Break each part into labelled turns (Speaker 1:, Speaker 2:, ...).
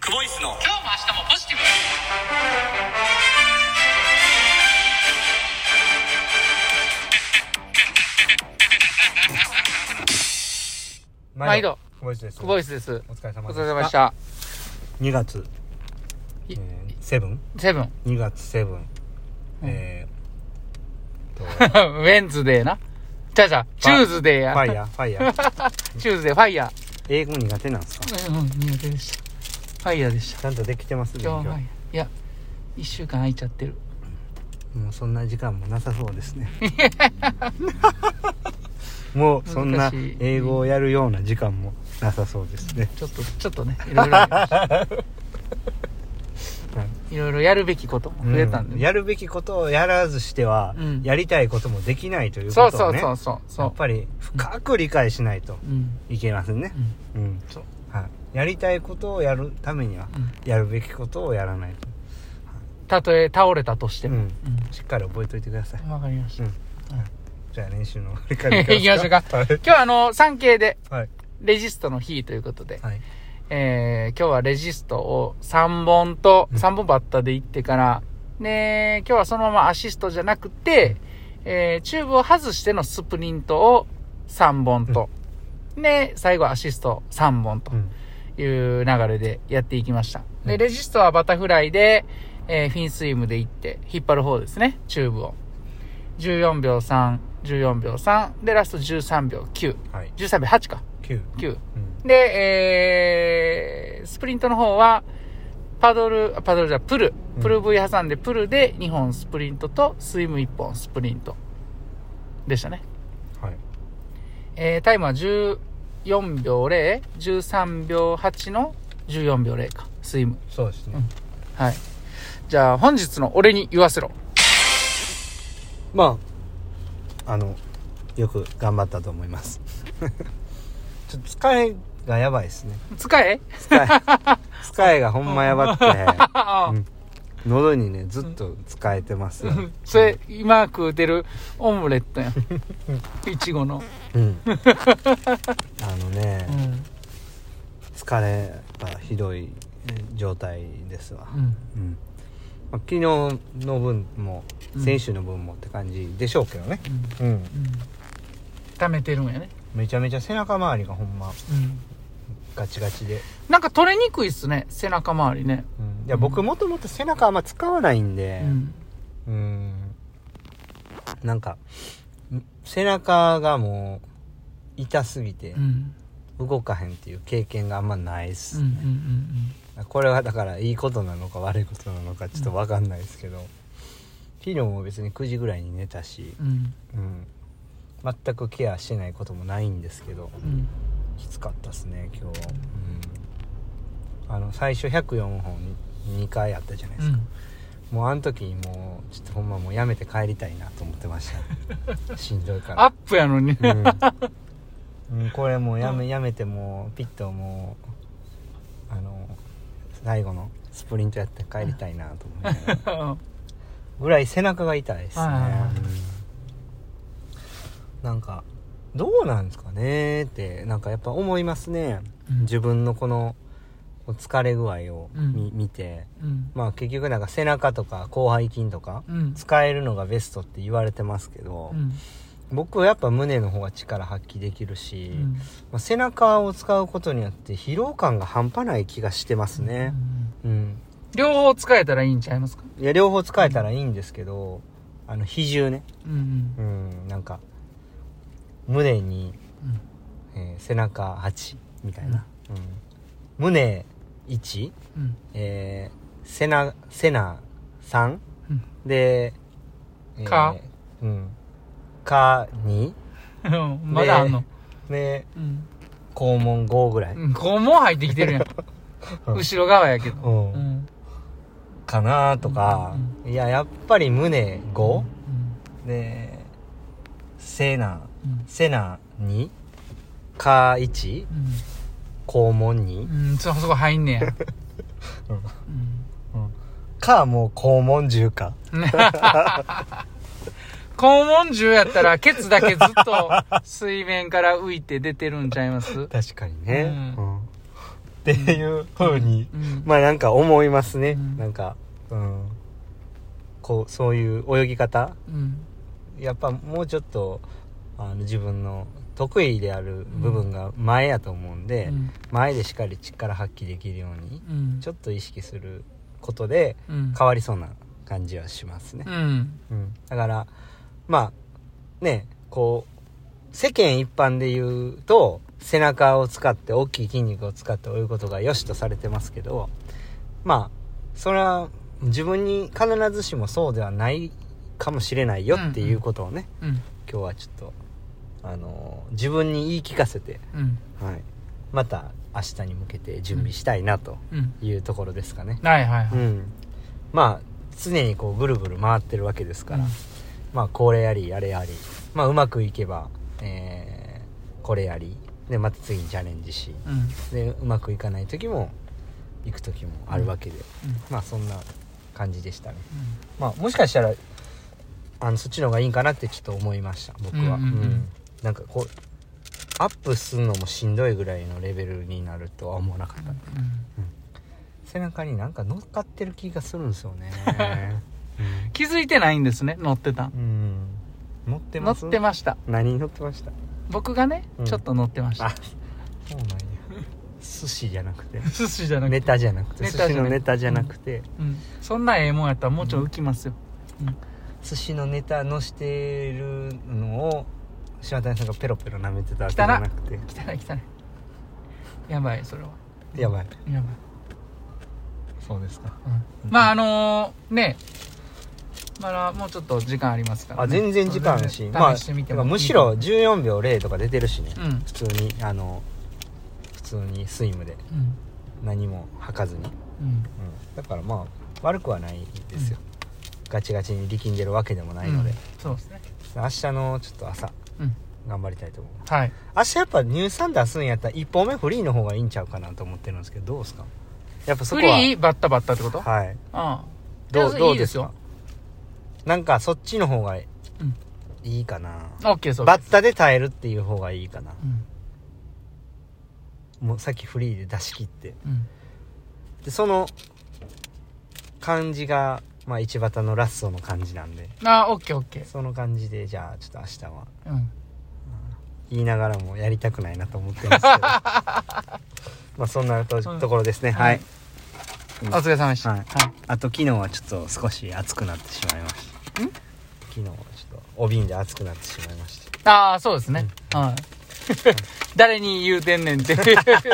Speaker 1: クボイスの
Speaker 2: 今日も明日もポジティブ毎度
Speaker 3: クボイスです
Speaker 2: 久保イスです
Speaker 3: お疲れ様
Speaker 2: お
Speaker 3: で
Speaker 2: 疲れ様でし
Speaker 3: した
Speaker 2: た
Speaker 3: 2月
Speaker 2: い
Speaker 3: セブン
Speaker 2: セブン
Speaker 3: 2月セブンえ
Speaker 2: ウ
Speaker 3: ーっと
Speaker 2: ェンズデーなじゃじゃチューズデーや
Speaker 3: ファイヤーファイヤー
Speaker 2: チューズデーファイヤ
Speaker 3: 英語苦手なんですか
Speaker 2: ーうんうん苦手でしたファイヤーでした
Speaker 3: ちゃんとできてます勉
Speaker 2: 今日
Speaker 3: 強
Speaker 2: はファイヤーいや一週間空いちゃってる
Speaker 3: もうそんな時間もなさそうです ねもうそんな
Speaker 2: 難しい
Speaker 3: 英語をやるような時間もなさそうですね
Speaker 2: ちょっとちょっとねいろい ろありましたいろいろやるべきことも増えたんで、
Speaker 3: うんやるべきことをやらずしては
Speaker 2: うん
Speaker 3: やりたいこともできないという
Speaker 2: そう
Speaker 3: こと
Speaker 2: そ
Speaker 3: を
Speaker 2: う
Speaker 3: ね
Speaker 2: そうそうそ
Speaker 3: やっ
Speaker 2: う
Speaker 3: ぱり深く理解しないと
Speaker 2: うん
Speaker 3: いけませんね
Speaker 2: うん
Speaker 3: うん
Speaker 2: そう
Speaker 3: はい、やりたいことをやるためには、
Speaker 2: うん
Speaker 3: やるべきことをやらないと
Speaker 2: たとえ倒れたとしても、
Speaker 3: う
Speaker 2: うん
Speaker 3: しっかり覚えておいてください、
Speaker 2: んわかりました、
Speaker 3: うんじゃあ練習の振り返り
Speaker 2: 行きましょうか。
Speaker 3: はい
Speaker 2: 今日はあの、産経で
Speaker 3: はい、
Speaker 2: レジストの日ということで、
Speaker 3: はい、
Speaker 2: えー、今日はレジストを3本と、
Speaker 3: うん
Speaker 2: 3本バッターで行ってから、ね今日はそのままアシストじゃなくて、えー、チューブを外してのスプリントを3本と、で、最後アシスト3本と
Speaker 3: うん
Speaker 2: いう流れでやっていきました。
Speaker 3: う
Speaker 2: で、
Speaker 3: ん
Speaker 2: レジストはバタフライで、えー、フィンスイムで行って、引っ張る方ですね、チューブを。14秒3、14秒3、で、ラスト13秒9。
Speaker 3: はい、
Speaker 2: 13秒8か。
Speaker 3: 9、
Speaker 2: 9。
Speaker 3: うん
Speaker 2: で、えー、スプリントの方は、パドル、あパドルじゃ、プル
Speaker 3: う。ん
Speaker 2: プル V 挟んで、プルで2本スプリントと、スイム1本スプリント。でしたね。
Speaker 3: はい
Speaker 2: えー、タイムは14秒0、13秒8の14秒0か。スイム。
Speaker 3: そうですね、
Speaker 2: うんはい。じゃあ、本日の俺に言わせろ。
Speaker 3: まああのよく頑張ったと思います ちょっと疲れがやばいですね
Speaker 2: 使え
Speaker 3: 疲れ疲れがほんまやばく て
Speaker 2: ああ、
Speaker 3: うん喉にねずっと使えてます、
Speaker 2: それ、今食うてるオムレットや ん。いちごの。
Speaker 3: うん、あのね、
Speaker 2: うん。
Speaker 3: 疲れがひどいえー状態ですわ、
Speaker 2: うん。
Speaker 3: うんまあ、昨日の分も
Speaker 2: うん
Speaker 3: 先週の分もって感じでしょうけどね、
Speaker 2: うん
Speaker 3: うん、
Speaker 2: 溜めてるんやね、
Speaker 3: めちゃめちゃ背中周りがほんま
Speaker 2: うん、
Speaker 3: ガチガチで、
Speaker 2: なんか取れにくいっすね背中周りね、
Speaker 3: うん、いや僕もともと背中あんま使わないんで
Speaker 2: うん
Speaker 3: うんなんかん背中がもう痛すぎて
Speaker 2: うん
Speaker 3: 動かへんっていう経験があんまないっ
Speaker 2: うんう
Speaker 3: す、
Speaker 2: んうん
Speaker 3: これはだからいいことなのか悪いことなのかちょっと分かんないですけど、昨日も別に9時ぐらいに寝たし、
Speaker 2: うん
Speaker 3: うん、全くケアしてないこともないんですけど
Speaker 2: うん
Speaker 3: きつかったですね今日、うん、あの最初104本2回あったじゃないで
Speaker 2: う
Speaker 3: すか、
Speaker 2: ん
Speaker 3: もうあの時にもうちょっとほんまもうやめて帰りたいなと思ってました しんどいか
Speaker 2: アッ
Speaker 3: ら
Speaker 2: プやのに、
Speaker 3: うん、うん、これもうやめやめてもうピッともうあの最後のスプリントやって帰りたいなと思って ぐらい背中が痛いですね、
Speaker 2: はいはいはい
Speaker 3: うんなんかどうなんですかねってなんかやっぱ思いますね、
Speaker 2: うん
Speaker 3: 自分のこのこう疲れ具合を見,、
Speaker 2: うん
Speaker 3: 見て
Speaker 2: うん
Speaker 3: まあ結局なんか背中とか広背筋とか
Speaker 2: うん
Speaker 3: 使えるのがベストって言われてますけど、
Speaker 2: うん
Speaker 3: 僕はやっぱ胸の方が力発揮できるし、
Speaker 2: うん
Speaker 3: まあ背中を使うことによって疲労感が半端ない気がしてますね、うん、
Speaker 2: 両方使えたらいいんちゃいますか
Speaker 3: いや両方使えたらいいんですけど、あの比重ね
Speaker 2: うん
Speaker 3: うんなんか胸に、
Speaker 2: うん
Speaker 3: えー背中8みたいな、うん胸1、
Speaker 2: うん
Speaker 3: えー背な背な3
Speaker 2: うん
Speaker 3: で、え
Speaker 2: か
Speaker 3: うんか2
Speaker 2: うんまだあんの、
Speaker 3: で
Speaker 2: うん
Speaker 3: 肛門5ぐらい、
Speaker 2: うん肛門入ってきてるやん
Speaker 3: うん
Speaker 2: 後ろ側やけど、
Speaker 3: うん
Speaker 2: うん
Speaker 3: かなとか、いややっぱり胸5、
Speaker 2: うん
Speaker 3: で背な
Speaker 2: うん
Speaker 3: 背な2か1肛門2、
Speaker 2: うん、うん、そそこ入んねや、
Speaker 3: うん
Speaker 2: うん
Speaker 3: かもう肛門10か
Speaker 2: 肛門銃やったら、ケツだけずっと水面から浮いて出てるんちゃいます
Speaker 3: 確かに
Speaker 2: ねうん
Speaker 3: っていうふうに、
Speaker 2: うん
Speaker 3: まあなんか思いますね、
Speaker 2: うん
Speaker 3: なんか、うん、こうそういう泳ぎ方
Speaker 2: うん
Speaker 3: やっぱもうちょっとあの自分の得意である部分が前やと思うんで、
Speaker 2: うん
Speaker 3: 前でしっかり力発揮できるように
Speaker 2: うん
Speaker 3: ちょっと意識することで
Speaker 2: うん
Speaker 3: 変わりそうな感じはしますね
Speaker 2: う、ん
Speaker 3: うんだからまあねこう世間一般で言うと背中を使って大きい筋肉を使って泳ぐことが良しとされてますけどまあそれは自分に必ずしもそうではないかもしれないよっていうことをね、
Speaker 2: うん
Speaker 3: 今日はちょっとあのー自分に言い聞かせて、
Speaker 2: うん
Speaker 3: はい、また明日に向けて準備したいなと
Speaker 2: うん
Speaker 3: いうところですかね、
Speaker 2: はいはいは
Speaker 3: う
Speaker 2: い
Speaker 3: ん、まあ常にこうぐるぐる回ってるわけですから、
Speaker 2: うん
Speaker 3: まあこれやりあれやり、まあ、うまくいけば、えーこれやりでまた次にチャレンジし
Speaker 2: うん
Speaker 3: でうまくいかない時も行く時もあるわけで、
Speaker 2: うん
Speaker 3: まあそんな感じでしたねまあもしかしたらあのそっちの方がいいんかなってちょっと思いました僕は、
Speaker 2: うんうんうん
Speaker 3: なんかこうアップするのもしんどいぐらいのレベルになるとは思わなかった、背中になんか乗っかってる気がするんですよね、
Speaker 2: 気づいてないんですね乗ってた
Speaker 3: うんうん乗って
Speaker 2: 乗
Speaker 3: ま
Speaker 2: っ
Speaker 3: す
Speaker 2: てました
Speaker 3: 何に乗ってました
Speaker 2: 僕がね
Speaker 3: うん
Speaker 2: ちょっと乗ってました
Speaker 3: あそうなんや寿司じゃなくて
Speaker 2: 寿司じゃなく
Speaker 3: ネ
Speaker 2: て
Speaker 3: タじゃなくて
Speaker 2: ネ
Speaker 3: 寿
Speaker 2: タじゃ
Speaker 3: 司
Speaker 2: なく
Speaker 3: のネタじゃなくて、
Speaker 2: うんそんなええもんやったらもうちょい浮きますよ
Speaker 3: 寿司のネタのしてるのを島谷さんがペロペロ舐めてたわけじゃなくて
Speaker 2: 汚い汚いやばいそれは
Speaker 3: やばい
Speaker 2: やばい
Speaker 3: そうですか
Speaker 2: まああのーねまだもうちょっと時間ありますからね
Speaker 3: あ全然時間あるし、
Speaker 2: 試
Speaker 3: ま
Speaker 2: してみて
Speaker 3: あ、
Speaker 2: もいい
Speaker 3: むしろ14秒0とか出てるしね、
Speaker 2: うん
Speaker 3: 普通にあの普通にスイムで
Speaker 2: うん
Speaker 3: 何も吐かずに、うん
Speaker 2: うん
Speaker 3: だからまあ悪くはないですよ、ガチガチに力んでるわけでもないので
Speaker 2: うん、そうですね
Speaker 3: 明日のちょっと朝
Speaker 2: うん
Speaker 3: 頑張りたいと思う
Speaker 2: はい
Speaker 3: 明日やっぱ乳酸出すんやったら1本目フリーの方がいいんちゃうかなと思ってるんですけどどうですかやっぱそ
Speaker 2: フ
Speaker 3: こは
Speaker 2: リーバッタバッタってこと
Speaker 3: はい
Speaker 2: あ
Speaker 3: ど
Speaker 2: いや
Speaker 3: うどう
Speaker 2: いい
Speaker 3: で
Speaker 2: ですす
Speaker 3: か
Speaker 2: よ
Speaker 3: なんかそっちの方がい
Speaker 2: うん
Speaker 3: いかな、
Speaker 2: あ OK そう
Speaker 3: バッタで耐えるっていう方がいいかな
Speaker 2: うん
Speaker 3: もうさっきフリーで出し切って
Speaker 2: うん
Speaker 3: でその感じが、まあ、一バタのラストの感じなんで
Speaker 2: あ OKOK
Speaker 3: その感じでじゃあちょっと明日は
Speaker 2: うん
Speaker 3: 言いながらもやりたくないなと思ってます けどまあそんなと
Speaker 2: うん
Speaker 3: ところですね、はい
Speaker 2: お疲れ様でした
Speaker 3: はい
Speaker 2: はい
Speaker 3: あと昨日はちょっと少し暑くなってしまいました
Speaker 2: ん
Speaker 3: 昨日はちょっとお瓶で暑くなってしまいました
Speaker 2: ああ、そうですね。 はい。誰に言うてんねんって。はい。はい。いや、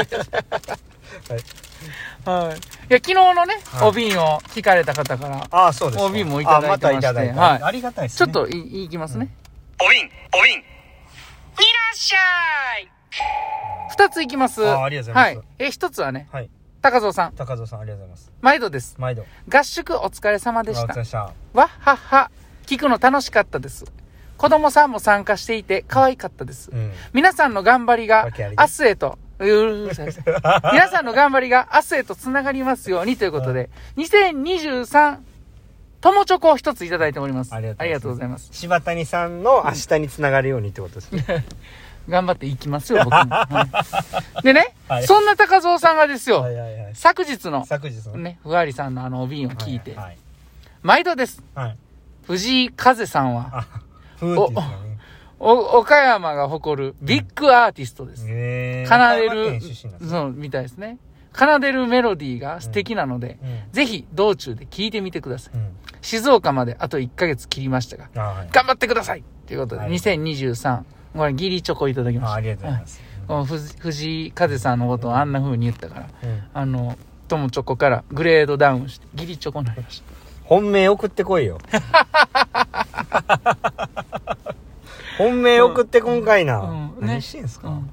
Speaker 2: 昨日のね、
Speaker 3: はい
Speaker 2: お瓶を聞かれた方から、
Speaker 3: ああそうですか
Speaker 2: お瓶もいただいてまして
Speaker 3: あまたいただいて、
Speaker 2: はい
Speaker 3: ありがたいです
Speaker 2: ちょ
Speaker 3: ね
Speaker 2: っとい、いきますね。
Speaker 3: お瓶お瓶
Speaker 2: いらっしゃい二ついきます。
Speaker 3: あーありがとうございます
Speaker 2: はい。え、一つはね、
Speaker 3: はい
Speaker 2: 高蔵さん、
Speaker 3: 高蔵さんありがとうございます
Speaker 2: 毎度です。
Speaker 3: 毎度
Speaker 2: 合宿お疲れ様で
Speaker 3: あお
Speaker 2: し
Speaker 3: 疲れ
Speaker 2: た
Speaker 3: 様。した
Speaker 2: わっはっは。聞くの楽しかったです。子供さんも参加していて可愛かったです。
Speaker 3: うん
Speaker 2: 皆さんの頑張りが
Speaker 3: わけありで
Speaker 2: 明日へと、う るさい皆さんの頑張りが明日へとつながりますようにということで、2023ともチョコを一ついただいております。
Speaker 3: あ
Speaker 2: あ
Speaker 3: り
Speaker 2: り
Speaker 3: がとうございます
Speaker 2: がとうございます。
Speaker 3: 柴谷さんの明日につながるようにってことですね。
Speaker 2: 頑張っていきますよ、 僕も。はいでね、
Speaker 3: はい
Speaker 2: そんな高蔵さんがですよ、
Speaker 3: はいはいはい。
Speaker 2: 昨日の、
Speaker 3: 昨日の。
Speaker 2: ね、ふわりさんのあのお瓶を聞いて、
Speaker 3: はい
Speaker 2: 毎度です。
Speaker 3: はい。はい。
Speaker 2: 藤井風さんは、
Speaker 3: あ、ふーって言ってたね。
Speaker 2: お岡山が誇るビッグアーティストです。
Speaker 3: ねえ
Speaker 2: 奏で
Speaker 3: 岡山
Speaker 2: る
Speaker 3: 県出身なん、ですね
Speaker 2: そう、みたいですね。奏でるメロディーが素敵なので、ぜひ道中で聞いてみてください。
Speaker 3: うん。うん。
Speaker 2: 静岡まであと1ヶ月切りましたが、
Speaker 3: あはい
Speaker 2: 頑張ってくださいということで、
Speaker 3: はい
Speaker 2: 2023、これギリチョコいただきまし
Speaker 3: あ
Speaker 2: た。
Speaker 3: ありがとうございます。
Speaker 2: この藤藤井風さんのことをあんな風に言ったから、
Speaker 3: うん
Speaker 2: あの、友チョコからグレードダウンして、ギリチョコになりました。
Speaker 3: 本命送ってこいよ。 本命送ってこんかいな
Speaker 2: うん。うんね
Speaker 3: 何してんす
Speaker 2: う
Speaker 3: か
Speaker 2: ん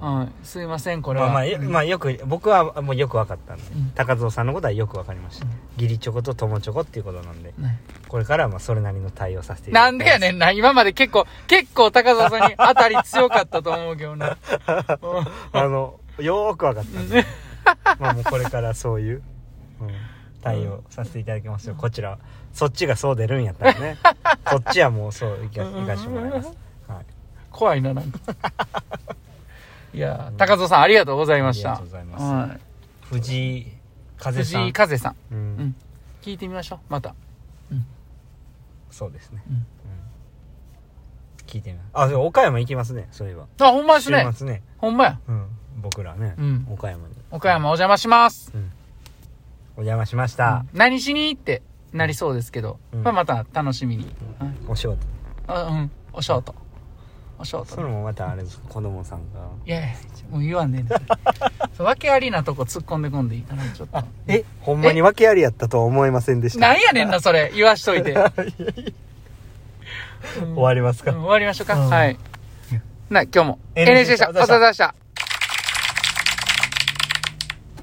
Speaker 2: はい、すいません、これ
Speaker 3: ま
Speaker 2: は。
Speaker 3: あまあ、よまあよく、僕はもうよく分かったんで
Speaker 2: ん、
Speaker 3: 高蔵さんのことはよく分かりました
Speaker 2: うん。
Speaker 3: 義理チョコと友チョコっていうことなんで、
Speaker 2: ね
Speaker 3: これからはまあそれなりの対応させていただき
Speaker 2: なん
Speaker 3: ま
Speaker 2: ですやねんな。今まで結構、結構高澤さんに当たり強かったと思うけどな。
Speaker 3: あの、よーく分かったん で。まあもうこれからそういう、うん対応させていただきますよ。こちらは。そっちがそう出るんやったら ね。こっ ちはもうそういか、いかしてもらいます。はい。
Speaker 2: 怖いな、なんか。いやー、高蔵さんありがとうございました。
Speaker 3: ありがとうございます
Speaker 2: はい
Speaker 3: 藤井風さん
Speaker 2: 藤井風さん。
Speaker 3: う
Speaker 2: うんん、聞いてみましょう。また。
Speaker 3: そうですね、
Speaker 2: うん
Speaker 3: うん聞いてないあでも岡山行きますねそういえば
Speaker 2: あ、ほんまです
Speaker 3: 週
Speaker 2: ね。
Speaker 3: 末ね、
Speaker 2: ほんまや。
Speaker 3: うん、僕らね、
Speaker 2: うん
Speaker 3: 岡山に
Speaker 2: 岡山お邪魔します。
Speaker 3: お邪魔しました、
Speaker 2: うん何しにってなりそうですけど、
Speaker 3: うん
Speaker 2: まあまた楽しみに。はい
Speaker 3: お仕事
Speaker 2: あうん。おショート。おショー
Speaker 3: そ
Speaker 2: ト。
Speaker 3: れもまたあれです子供さんが
Speaker 2: いやいや、もう言わんねえな そう訳ありなとこ突っ込んでこんでいいかな、 ちょっと。
Speaker 3: えほんまに訳ありやったとは思いませんでした
Speaker 2: なんやねんな、それ。言わしと いて。
Speaker 3: 終わりますか
Speaker 2: うん終わりましょうか。
Speaker 3: うん
Speaker 2: はい。な、今日も。
Speaker 3: NHK
Speaker 2: NHK でした。お疲れ様でした。